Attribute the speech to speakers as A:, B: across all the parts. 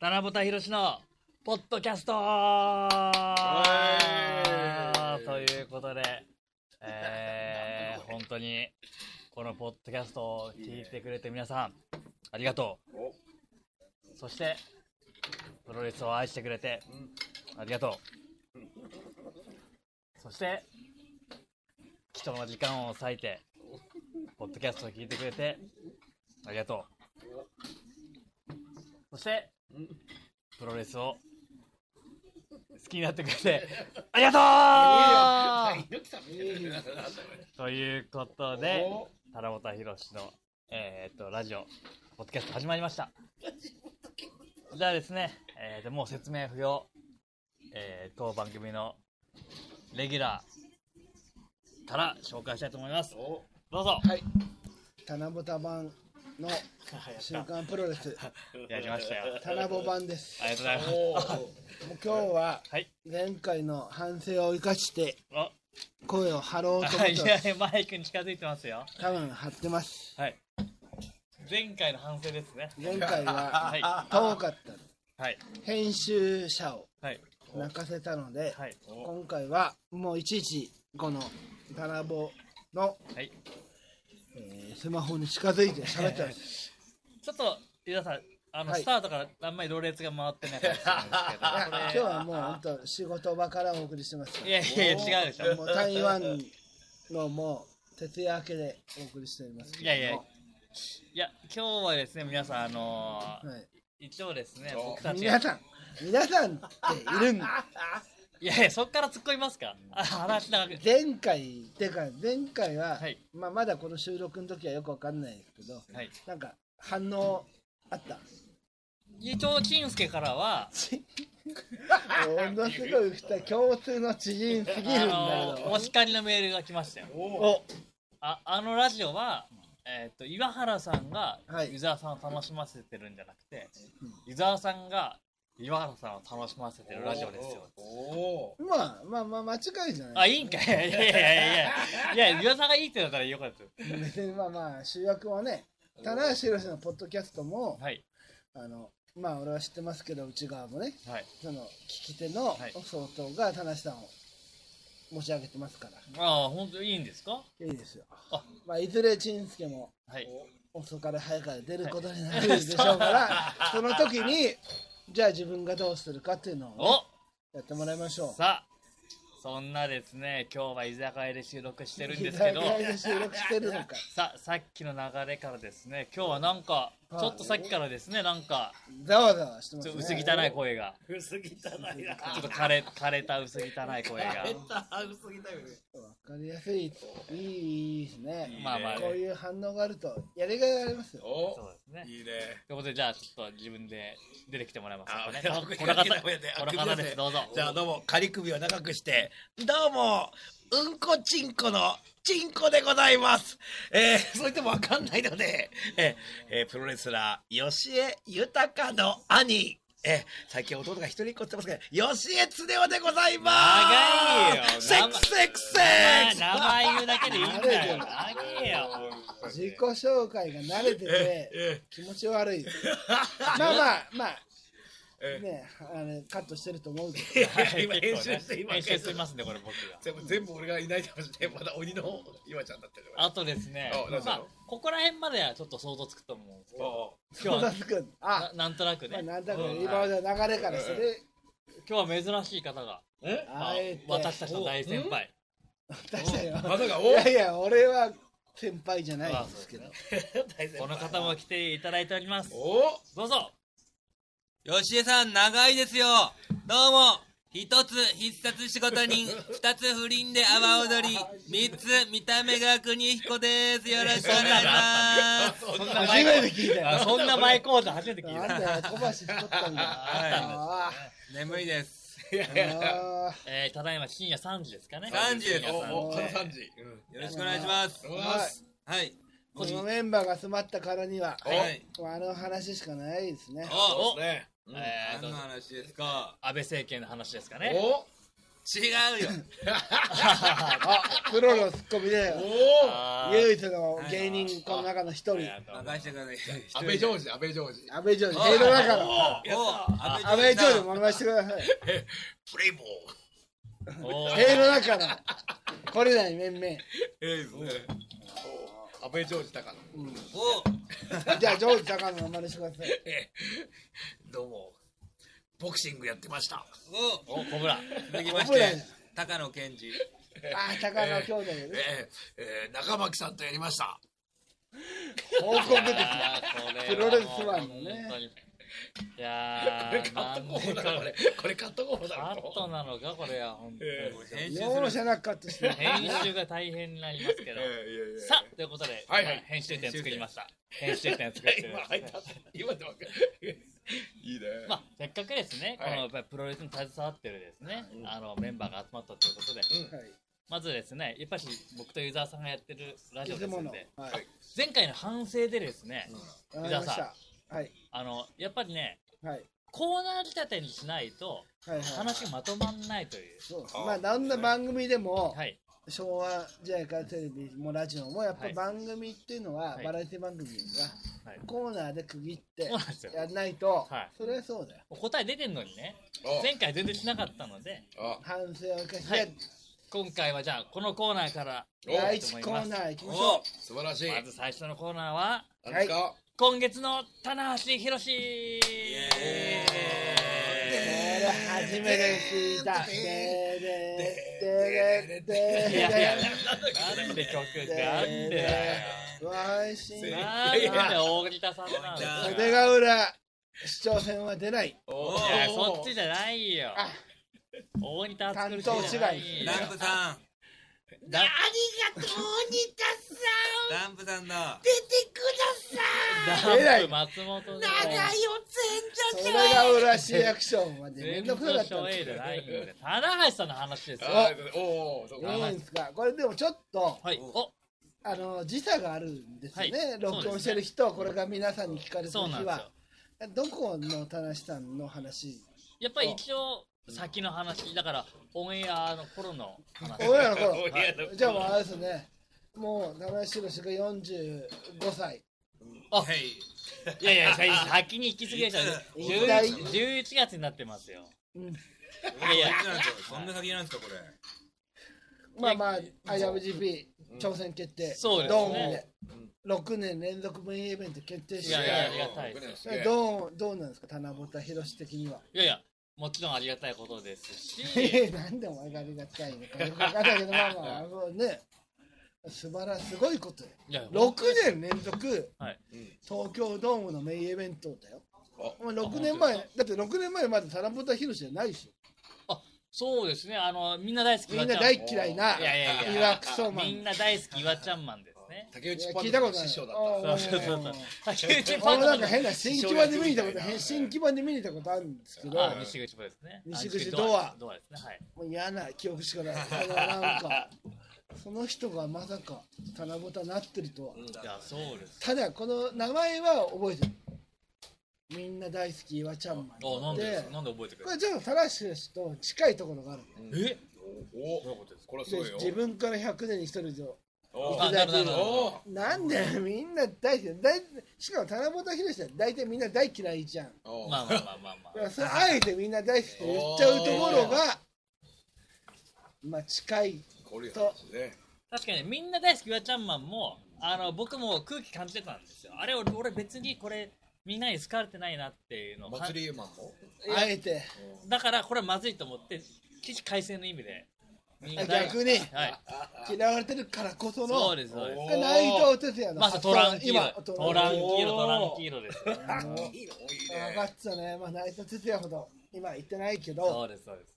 A: 七夕ひろしのポッドキャスト
B: はい
A: ということで、えー、本当にこのポッドキャストを聞いてくれて皆さんありがと
B: お
A: うそしてプロレスを愛してくれてありがとうそして貴重な時間を割いてポッドキャストを聞いてくれてありがとうそしてプロレスを好きになってくれてありがとう
B: 猪木さんみたいななんだこれ
A: ということで
B: お
A: 田中宏の、えーっとラジオポッドキャスト始まりましたじゃあですね、えーともう説明不要、えー当番組のレギュラーから紹介したいと思います
B: お
A: どうぞ
C: はい。七夕版の週刊プロレ ス、
A: やりましたよ
C: 七夕版です。
A: ありがとうございます
B: お
C: もう今日は
A: はい
C: 前回の反省を生かして
A: あ
C: 声を張ろうと思
A: あ
C: っ
A: い
C: てま
A: や
C: す。
A: マイクに近づいてますよ
C: 多分張ってます。
A: はい前回の反省ですね
C: 前回
A: はい
C: は遠かったの。
A: はい
C: 編集者を
A: はい
C: 泣かせたので、
A: はい
C: 今回はもういちいちこの七夕の、
A: はい
C: えースマホに近づいて喋って ます。
A: ちょっと伊沢さんあの、
C: はい
A: スタートからあんまりろれつが回ってなかったんです
C: 今
A: け
C: 日
A: どこ
C: はもう本当仕事場からお送りしてますから
A: れいやいやいや違うでしょ
C: もう台湾のもう徹夜明けでお送りしておりますけ
A: い
C: ども
A: やいやいや今日はですね皆さんあのー
C: はい
A: 一応ですね
B: お
A: 僕たち
C: 皆さん皆さんっている んだ
A: いやいやそっから突っ込みますかあ話長くはい
C: 前回てか前回は、
A: はい
C: まあ、まだこの収録の時はよくわかんないですけどなんか反応あった
A: 一応金助からは
C: ものすごい二人共通の知人すぎるんだけ
A: あのー
C: ど
A: お叱りのメールが来ましたよ
B: お
C: お
A: ああのラジオは、えー、と岩原さんが
C: はい
A: 湯沢さんを楽しませてるんじゃなくて、湯沢さんが岩原さんを楽しませてるラジオですよ
B: お
C: まあまあまあ間違いじゃ
A: あ
C: ない
A: いいんかいいやいやいやいやいや湯沢さんがいいってなったらよかったよ
C: 別にまあまあ主役はね棚橋宏のポッドキャストも
A: はい
C: あのまあ俺は知ってますけど内側もね
A: はい
C: その聞き手の
A: はい
C: 相当が田無さんを持ち上げてますから、
A: ああ本当いいんですか
C: い、いですよ
A: あ
C: まあ、いずれ陳介も
A: はい
C: 遅かれ早かれ出ることになるでしょうから、 その時にじゃあ自分がどうするかっていうのをね、
A: お
C: やってもらいましょう
A: さあそんなですね今日は居酒屋で収録してるんですけど
C: 居酒屋で収録してるのか
A: ささっきの流れからですね今日はなんか
C: はい
A: ちょっとさっきからですねなんか
C: ざわざわしてま
A: ち
C: す
A: ょっ
C: ね
A: と薄汚い声が
B: 薄汚いな
A: ちょっと枯れ枯れた薄汚い声が
B: た薄汚いよね
C: わかりやすいいいですね
A: まあまあ
C: こう
A: ね
C: いう反応があるとやりがいがありますよ
B: お
A: そうですね
B: いいね
A: ということでじゃあちょっと自分で出てきてもらいますか
B: あ
A: ね
B: あ僕
A: この方
B: やめて
A: この方ですどうぞ
B: じゃあどうも仮首を長くしてどうもうんこちんこのちんこでございますえー、それでもわかんないので、えーえープロレスラー吉江豊の兄えー、最近弟が一人っ子って言ってますけど吉江恒夫でございます
A: 長いよ
B: セックスセックスセックス
A: 名前言うだけでいいんだよ長えよ
C: 自己紹介が慣れてて
B: え
C: 気持ち悪 い。まあまあまあ
B: え
C: ねあのカットしてると思うけど。
B: ー 今編集して今
A: 編集してますねこれ僕が
B: 全部全部俺がいないかもしれないまだ鬼の岩ちゃんだったりとか
A: あとですね
B: あなん、だ
A: まあ
B: ろう、
A: ここら辺まではちょっと想像つくと思うんですけど、
B: お
A: 今
C: そう
A: 日は
C: だすくん。あ、
A: ななんとなく
C: まあ
A: ね、
C: なんだか
A: うん
C: 今ま
A: はい
C: での流れからする。
A: 今日は珍しい方が、
B: うえ
A: まあ
C: あえて
A: 私たちの大先輩、
C: 私だよ。
B: まさか
C: いやいや俺は先輩じゃないんですけど。
A: この方も来ていただいております。
B: お
A: どうぞ
D: 吉江さん、長いですよ。どうも。一つ必殺仕事人、二つ不倫で阿波踊り、三つ見た目が国彦です。よろしくお願いします。
B: そんな
C: 初めて聞いたよ。
A: あそんな前講座初めて聞い
C: なん
A: た。
C: だよ小橋太ったんだよ。あ
D: 眠いです。
C: あ
A: えー、ただいま深夜3時ですかね。
D: 3時です
A: 深夜3
B: おお
C: お
B: この三時
D: よろしくお願いします。
B: おはようございます
D: はい。
C: このメンバーが詰まったからには
B: お
D: はい。
C: もうあの話しかないですね。
D: お、
B: ね
A: えー
D: 何
A: と
D: の話ですか
A: 安倍政権の話ですかね。
B: お
D: 違うよ。
C: あプロのツッコミだよ
E: お
A: あー
C: 唯一の芸人この中の一人
D: 任してください。
E: お安倍ジョージ、安倍ジョージ。
C: 安倍城の平等だから
D: お
C: 安倍城で
D: も。
C: ものましてください
B: プレイボー
A: おー
C: 平等だから来れない面々
E: ええですね。安倍ジョージだから。
D: お
C: じゃあジョージ高野の真似してください
B: どうもボクシングやってました
D: お
A: お小倉
D: 続きまし
C: 危ない
D: て、高野健二。
C: ああ高野兄弟でね
B: えーえー中巻さんとやりました
C: 報告ですよ
A: あーこれは
C: プロレスワンのね
A: 本当にいや
E: これ
A: ー
E: カット候補だろ、これ。これカット候補だ
A: カ
E: ろ
A: ッ。トなのかこれは本当に
E: え
D: 編集
C: 容
D: する。
C: 赦なくカットして
A: 編集が大変になりますけど
E: ええいやいやいや
A: さあということで、
E: はいはい
A: 編集点作りました編集点作って
E: 今入った。今でわかる。いいね。
A: まあ、せっかくですね、
E: はい
A: このやっぱりプロレスに携わってるですね、あのメンバーが集まったということで、
C: はい
A: まずですね、やっぱし僕とユーザーさんがやってるラジオ
C: い
A: で
C: つ
A: す
C: も
A: ん
C: の
A: で、
C: はい
A: 前回の反省でですね、
C: わかりましたはい
A: あのやっぱりね、
C: はい
A: コーナー仕立てにしないと、
C: はいはい
A: 話まとまんないという、
C: そうですまあどんな番組でも
A: はい、
C: 昭和時代からテレビもラジオもやっぱ
A: はい
C: 番組っていうのは、
A: はい
C: バラエティ番組は
A: はい
C: コーナーで区切って
A: そうなんですよ
C: やらないと、
A: はい
C: それはそうだよ
A: お答え出てんのにね、前回全然しなかったので、
E: あ
C: 反省を生かして、
A: はい今回はじゃあ、このコーナーから、
E: お
C: 第1コーナー行きましょ
D: お
E: 素晴らしい。
A: まず最初のコーナーは、
E: 何ですか
A: 今月の棚橋宏イ
C: う
D: エ
C: これ初めて聞いたででででで
A: いやいや、なんで曲があってだよ。
C: 配信
E: いや
A: なんで大喜利田さんなのい
D: や
C: 袖ヶ浦市長選は出ない
E: お
A: や、そっちじゃないよ。
C: あ
A: 大喜利田作る
C: 担当
A: 人じゃない
C: 違
A: よ
C: い
D: ダンプさん。
A: だ
D: ダンプさんだ。
A: ダンプ松本で。
C: 袖ヶ浦市役所までめ
A: 全
C: んどくさか
A: 部
C: ったん
A: 省
C: で
A: エ
C: す
A: ーじ
C: よ
A: ゃないんで。棚橋さんの話ですよ。
E: あおおおそう
C: いいんですかこれでもちょっと
A: はい。お、
C: あの時差があるんですよね、
A: はい
C: 録音してる人、これが皆さんに聞かれてる
A: そうなんで
C: 日
A: す
C: は
A: よ。
C: どこの田無さんの話
A: やっぱり一応、先の話、だから、オンエアの頃の話。
C: 俺らの頃
E: 俺らの頃
C: じゃあもうあれですねもう田無宏が45歳
D: はい。
A: いやいや、先先に行き過ぎでしたね。
C: 引退
A: 11 11月になってますよ。
D: いや、そんな先なんですか、これ。
C: まあまあ IWGP 挑戦決定、
A: そうですね
C: ドームで6年連続メインイベント決定して
A: いやいやありがたいです
E: ど
C: どうどうなんですか棚本宏的には
A: いやいや、もちろんありがたいことですし、
C: えなんでお前がありがたいのかよく分かんないけどまあまあそうね素晴らすごいことよ
A: いや
C: 6年連続
A: はい、
C: 東京ドームのメインイベントだよ
E: あ。
C: まあ、6年前、だって6年前までタラポタヒロシじゃないでしょ。
A: そうですね、あの、みんな大好き
C: み
A: 岩
C: ん
A: ち
C: な
A: ゃん
C: 大嫌いな、
A: いやいやいや
C: いわくそマン。
A: みんな大好き岩ちゃんマンです ね。
E: 竹内パン
C: 聞いたことない。
E: 師匠だっ
A: そ
C: あ
A: うそうそう
C: ー
A: そう。竹内パ
C: 俺
A: ン
C: な
A: ダ
C: んか
A: の
C: 変な新規版で見に行ったこと、へん新規版で見に行ったことあるんですけど、
A: あ、西口ドアですね。
C: 西口ドア
A: あドアですね、はい。
C: もう嫌な記憶 しかない。あのなんか、その人がまさかタラポタになってるとは。
A: いや、そうです。
C: ただ、この名前は覚えてる。みんな大好き、岩ちゃんマン。
A: あ、なん
C: で
A: で、なんで覚えてく
C: こ
A: れ
C: れちょっとタラシと近いところがあるんだよ
E: た
A: え
E: お
A: どうい
E: お
A: うことですか
E: これはす
C: で
E: ごいよ
C: 自分から100年に一人で
E: お
A: あ、なるほどなるほど。
E: お
C: なんでみんな大嫌い大しかも田中宏さん大体みんな大嫌いじゃん
E: お
A: まあまあまあまあまあ
C: だ。からそれあえてみんな大好きって言っちゃうところがまあ近い
E: これやつね
A: 確かにみんな大好きわちゃんマンもあの僕も空気感じてたんですよあれ俺俺別にこれみんなに好かれてないなっていうのを
E: 祭りマンも
C: あえて
A: だからこれはまずいと思って起死回生の意味でみんな大好き
C: 逆に
A: はい
C: 嫌われてるからこ
A: そ
C: そ
A: う
C: の
A: ですそうです
C: 内藤哲也の
A: まずトランキーロ
C: 今
A: トランキーロ
E: おー
A: トランキーロですよ
C: あ
E: い
C: の
E: いのいい
C: 分
E: ね
C: かってたね、まあ、内藤哲也ほど今言ってないけ
A: そ
C: ど
A: うですそうです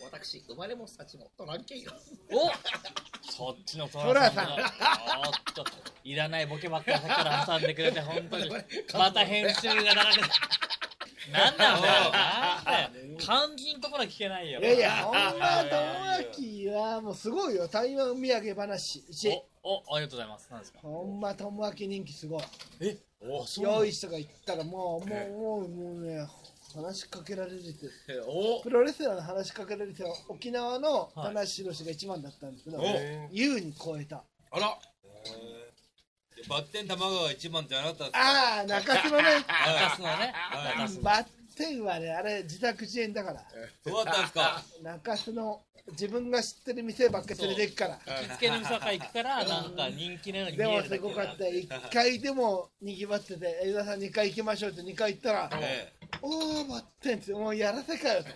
E: 私生まれも幸もとらんけんよ
A: おそっちのト
C: ラ
A: ラ
C: さん
A: さんがおっといらないボケばっかりさっきから挟んでくれて本 当にまた編集が長く なるなんなんだよなんだよ肝心のところは聞けないよ
C: いやいや本間智明はもうすごいよ台湾土産話1
A: おおありがとうございますなんですか
C: 本間智明人気すごい
A: えおそ
C: 用意しとか言ったらもうもうもうもうね話しかけられるって
B: お
C: プロレスラーの話しかけられては沖縄の
A: はい
C: 棚橋宏が一番だったんですけど、
B: お
C: 優に超えた
B: あら
D: バッテン玉川一番じゃなかったんですか
C: ああ中島ね
A: 中洲のね
D: は い
A: 中洲
C: バッテンはねあれ自宅遅延だから
D: そうだったんですか
C: 中洲の自分が知ってる店ばっかり連れてくから
A: 行きつけの店から行くからなんか人気のように見
C: で
A: え
C: も
A: るだ
C: すご
A: け
C: かった1回でもにぎわってて江田さん2回行きましょうって2回行ったら
D: ええ
C: 「おおバッテン」ってもうやらせ かよと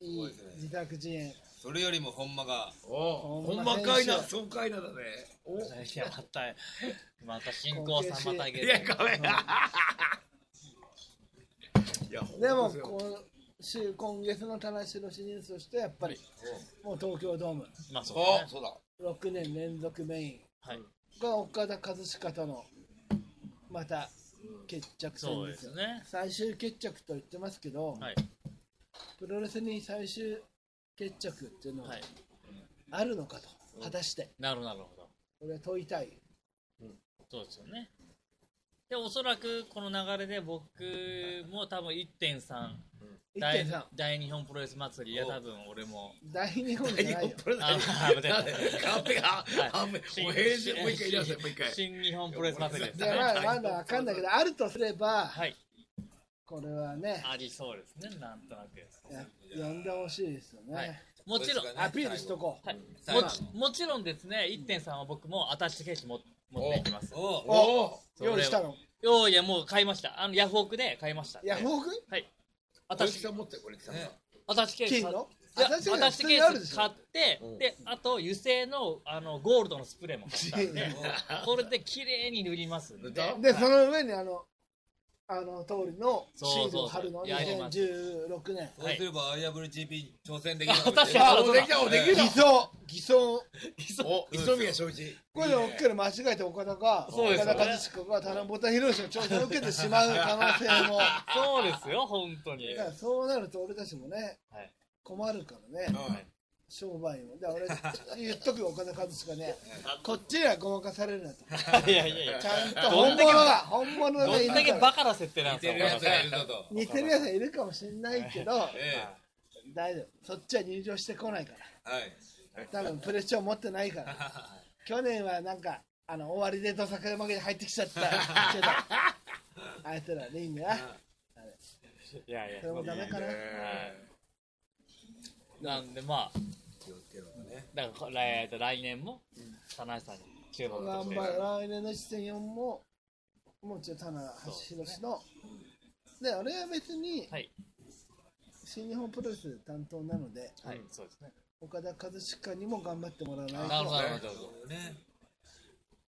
C: うんいい自宅遅延
D: それよりもほんまが
B: お
C: ほ
B: ほ
C: ん
B: ん
C: ま
B: まかいな
C: 編集
B: 爽快なだねおい
A: いやまたまた進行を妨げ
B: や
A: る
B: ごめんいやほん
C: で
B: ま
C: も
B: ですよ
C: 今週今月の棚橋のシリーズとしてやっぱりもう東京ドーム
A: まあそう
B: お
A: ね
B: そうだ
C: 6年連続メイン
A: はい
C: が岡田和親とのまた決着
A: そ
C: 戦
A: う
C: で
A: ですす
C: よ
A: ね
C: 最終決着と言ってますけど、
A: はい
C: プロレスに最終決着っていうのは
A: はい
C: あるのかと、果たして
A: なるほどなるほど
C: これは問いたい
A: そうですよねでおそらくこの流れで僕も多分1.3大
C: 1.3
A: 大日本プロレス祭りいや多分俺も
C: 大日本じゃないよ
B: これ
A: あ
B: 何
A: あ待
B: なんで
A: って
B: カンペがカンペ
A: 新
B: お返事もう一回言い直せもう一回
A: 新日本プロレス祭りです
C: でまあまだわかんないけどあるとすれば、
A: はい
C: これはね
A: ありそうですねなんとなく
C: や呼んでほしいですよね、
A: はいもちろん
C: アピールしとこう
A: はい、
D: 最後
A: もちもちろんですね、1.3は僕もアタッシュケースも持っていきます。
D: おう
B: おお
A: それは
C: 用意したの
A: おいや、もう買いました。あのヤフオクで買いました。
C: ヤフオク
A: アタッ
B: 私
A: シュ
B: が持ってるこれ来た
D: ね
A: アタッシュケース
C: 金
A: 買っ
C: の
A: いやアタ
C: 私
A: ッ
C: が
A: シュ
C: 普通に
A: ケ
C: ある
A: ー
C: で
A: ス
C: し
A: 買っ
C: ょ
A: て、で、あと油性のあのゴールドのスプレーも買ったん で、これで綺麗に塗りますんで。
C: でその上にあのあの通りのシ
A: そうそうそう
C: ールを貼るの
A: やります
C: 2016年
D: そうすれば IWGP に挑戦できる
A: あ確かに
B: おおできたおでき
C: 偽装偽装
B: たお磯宮正一
C: これで OK の間違えて岡田が
A: そうです
C: 岡
A: よね
C: 田和彦が田中宏の調査を受けてしまう可能性 もだ
A: そうですよ、本当に。
C: からそうなると俺たちもね
A: はい
C: 困るからね
B: はい
C: 商売もだから 俺言っとくよ岡田和彦ねこっちにはごまかされ るなと
A: いやいやいや
C: ち、ゃんと本物が本物
A: ど
C: がい
A: ん
C: る
A: だけ
C: から
A: バカな設定なん
D: 似て
A: で
D: る
A: すか、
D: やつがいるぞと
C: 似てるやつがいるかもしれない けど
D: え
C: 大丈夫そっちは入場してこないから
D: えはい
C: 多分プレッシャーを持ってないから去年はなんかあの終わりで土作で負けに入ってき ちゃったけどあいつらでいいんだな
A: これはいやいや
C: それもダメかな
A: はいなんでまあ、だから来えっと来年も、田中さんに注目
C: 頑
A: して、
C: 張れ来年の出演4ももうちょい田中橋宏ので俺は別に
A: はい、
C: 新日本プロレス担当なので
A: はい、そうですね。
C: 岡田和親にも頑張ってもらわ
A: なるほど、
C: な
A: ないるほど。
D: そうね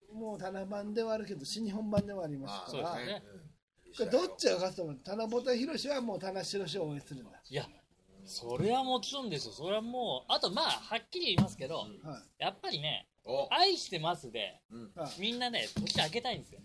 C: ともう棚版ではあるけど新日本版ではあります
A: そ
C: か
A: うで
C: ら
A: すね。
C: これどっちが勝つと思う棚ぼたひろしはもう棚しろしを応援するんだ
A: いや、それはもちろんですよ。それはもう、あとまあ、はっきり言いますけど、
C: は
A: やっぱりね、
B: お
A: 愛してますで、
C: いはい
A: みんなね、年明けたいんですよ。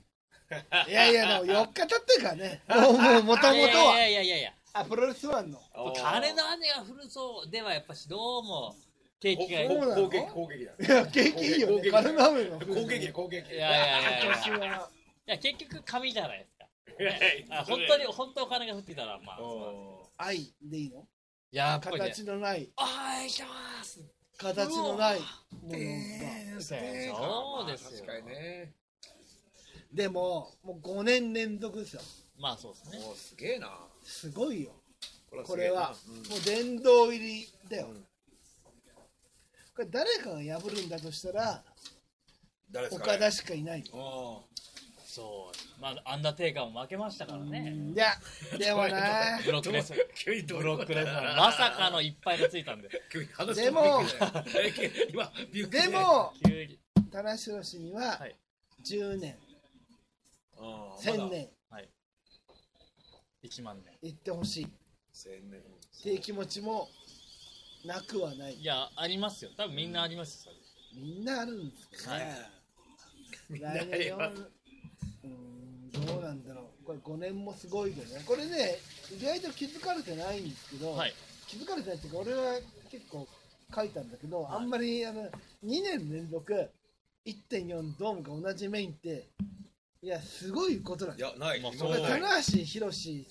C: いやいや、でも4日経ってるから ね。もう、もう、もともと
A: いや
C: は。
A: いやいやいやいや、
C: あ、プロレスワンの。
B: お
A: 金の雨が降るそうでは、やっぱしどうも、景気がいい。い
C: そうなの
B: 攻撃攻撃だ
C: いや、景気いいよね。金の雨が。
B: 攻撃攻撃
A: やいやいやいや
C: 私
A: い
C: は。
A: や、結局、紙じゃないですか。 あ本当に、本当お金が降ってたら、まあ、そう
C: 愛でいいの
A: やっぱりね、
C: 形のない、
A: 愛してます
C: 形のないものが。
A: そうですよ
B: 確。かにね
C: でも、もう5年連続ですよ。
A: まあ、そうですね。
B: おすげえな
C: すごいよ。こ
B: すげ
C: れ
B: えな
C: は
B: う、ん
C: もう殿堂入りだよ。これ誰かが破るんだとしたら、
B: 誰ですか
C: 岡
B: ね
C: 田しかいない。
B: お
A: そう。まあ、アンダーテイカーも負けましたからね。
C: いや、で もな。
A: ブロックレスラー。
B: 急にどう
A: ブ
B: いう
A: ロ
B: こ
A: ッ
B: と
A: クレスラー。まさかのいっぱいがついたんで。
B: 急に話
C: でも
B: え急に今ビュッ
C: でも、
A: 急に。
C: 田中宏には
A: はい
C: 10年、
B: あーま
C: 1000
B: だ
C: 年
A: はい。1万年。
C: 行ってほしいっ
B: 千年
C: ていう気持ちもなくはない
A: いや、ありますよ。多分みんなありますよ。
C: みんなあるんですかね
B: みんなあ
C: 来年
B: り
C: よ
B: ます
C: うーんどうなんだろうこれ5年もすごいけどねこれね意外と気づかれてないんですけど、
A: はい。
C: 気づかれてないっていうか俺は結構書いたんだけど、あんまりあの2年連続1.4ドームが同じメインって
B: いやすごいことなん
D: い
B: です
D: やない
C: まあ
D: 今
C: そう
D: まで
B: よ
D: ない
B: 棚橋宏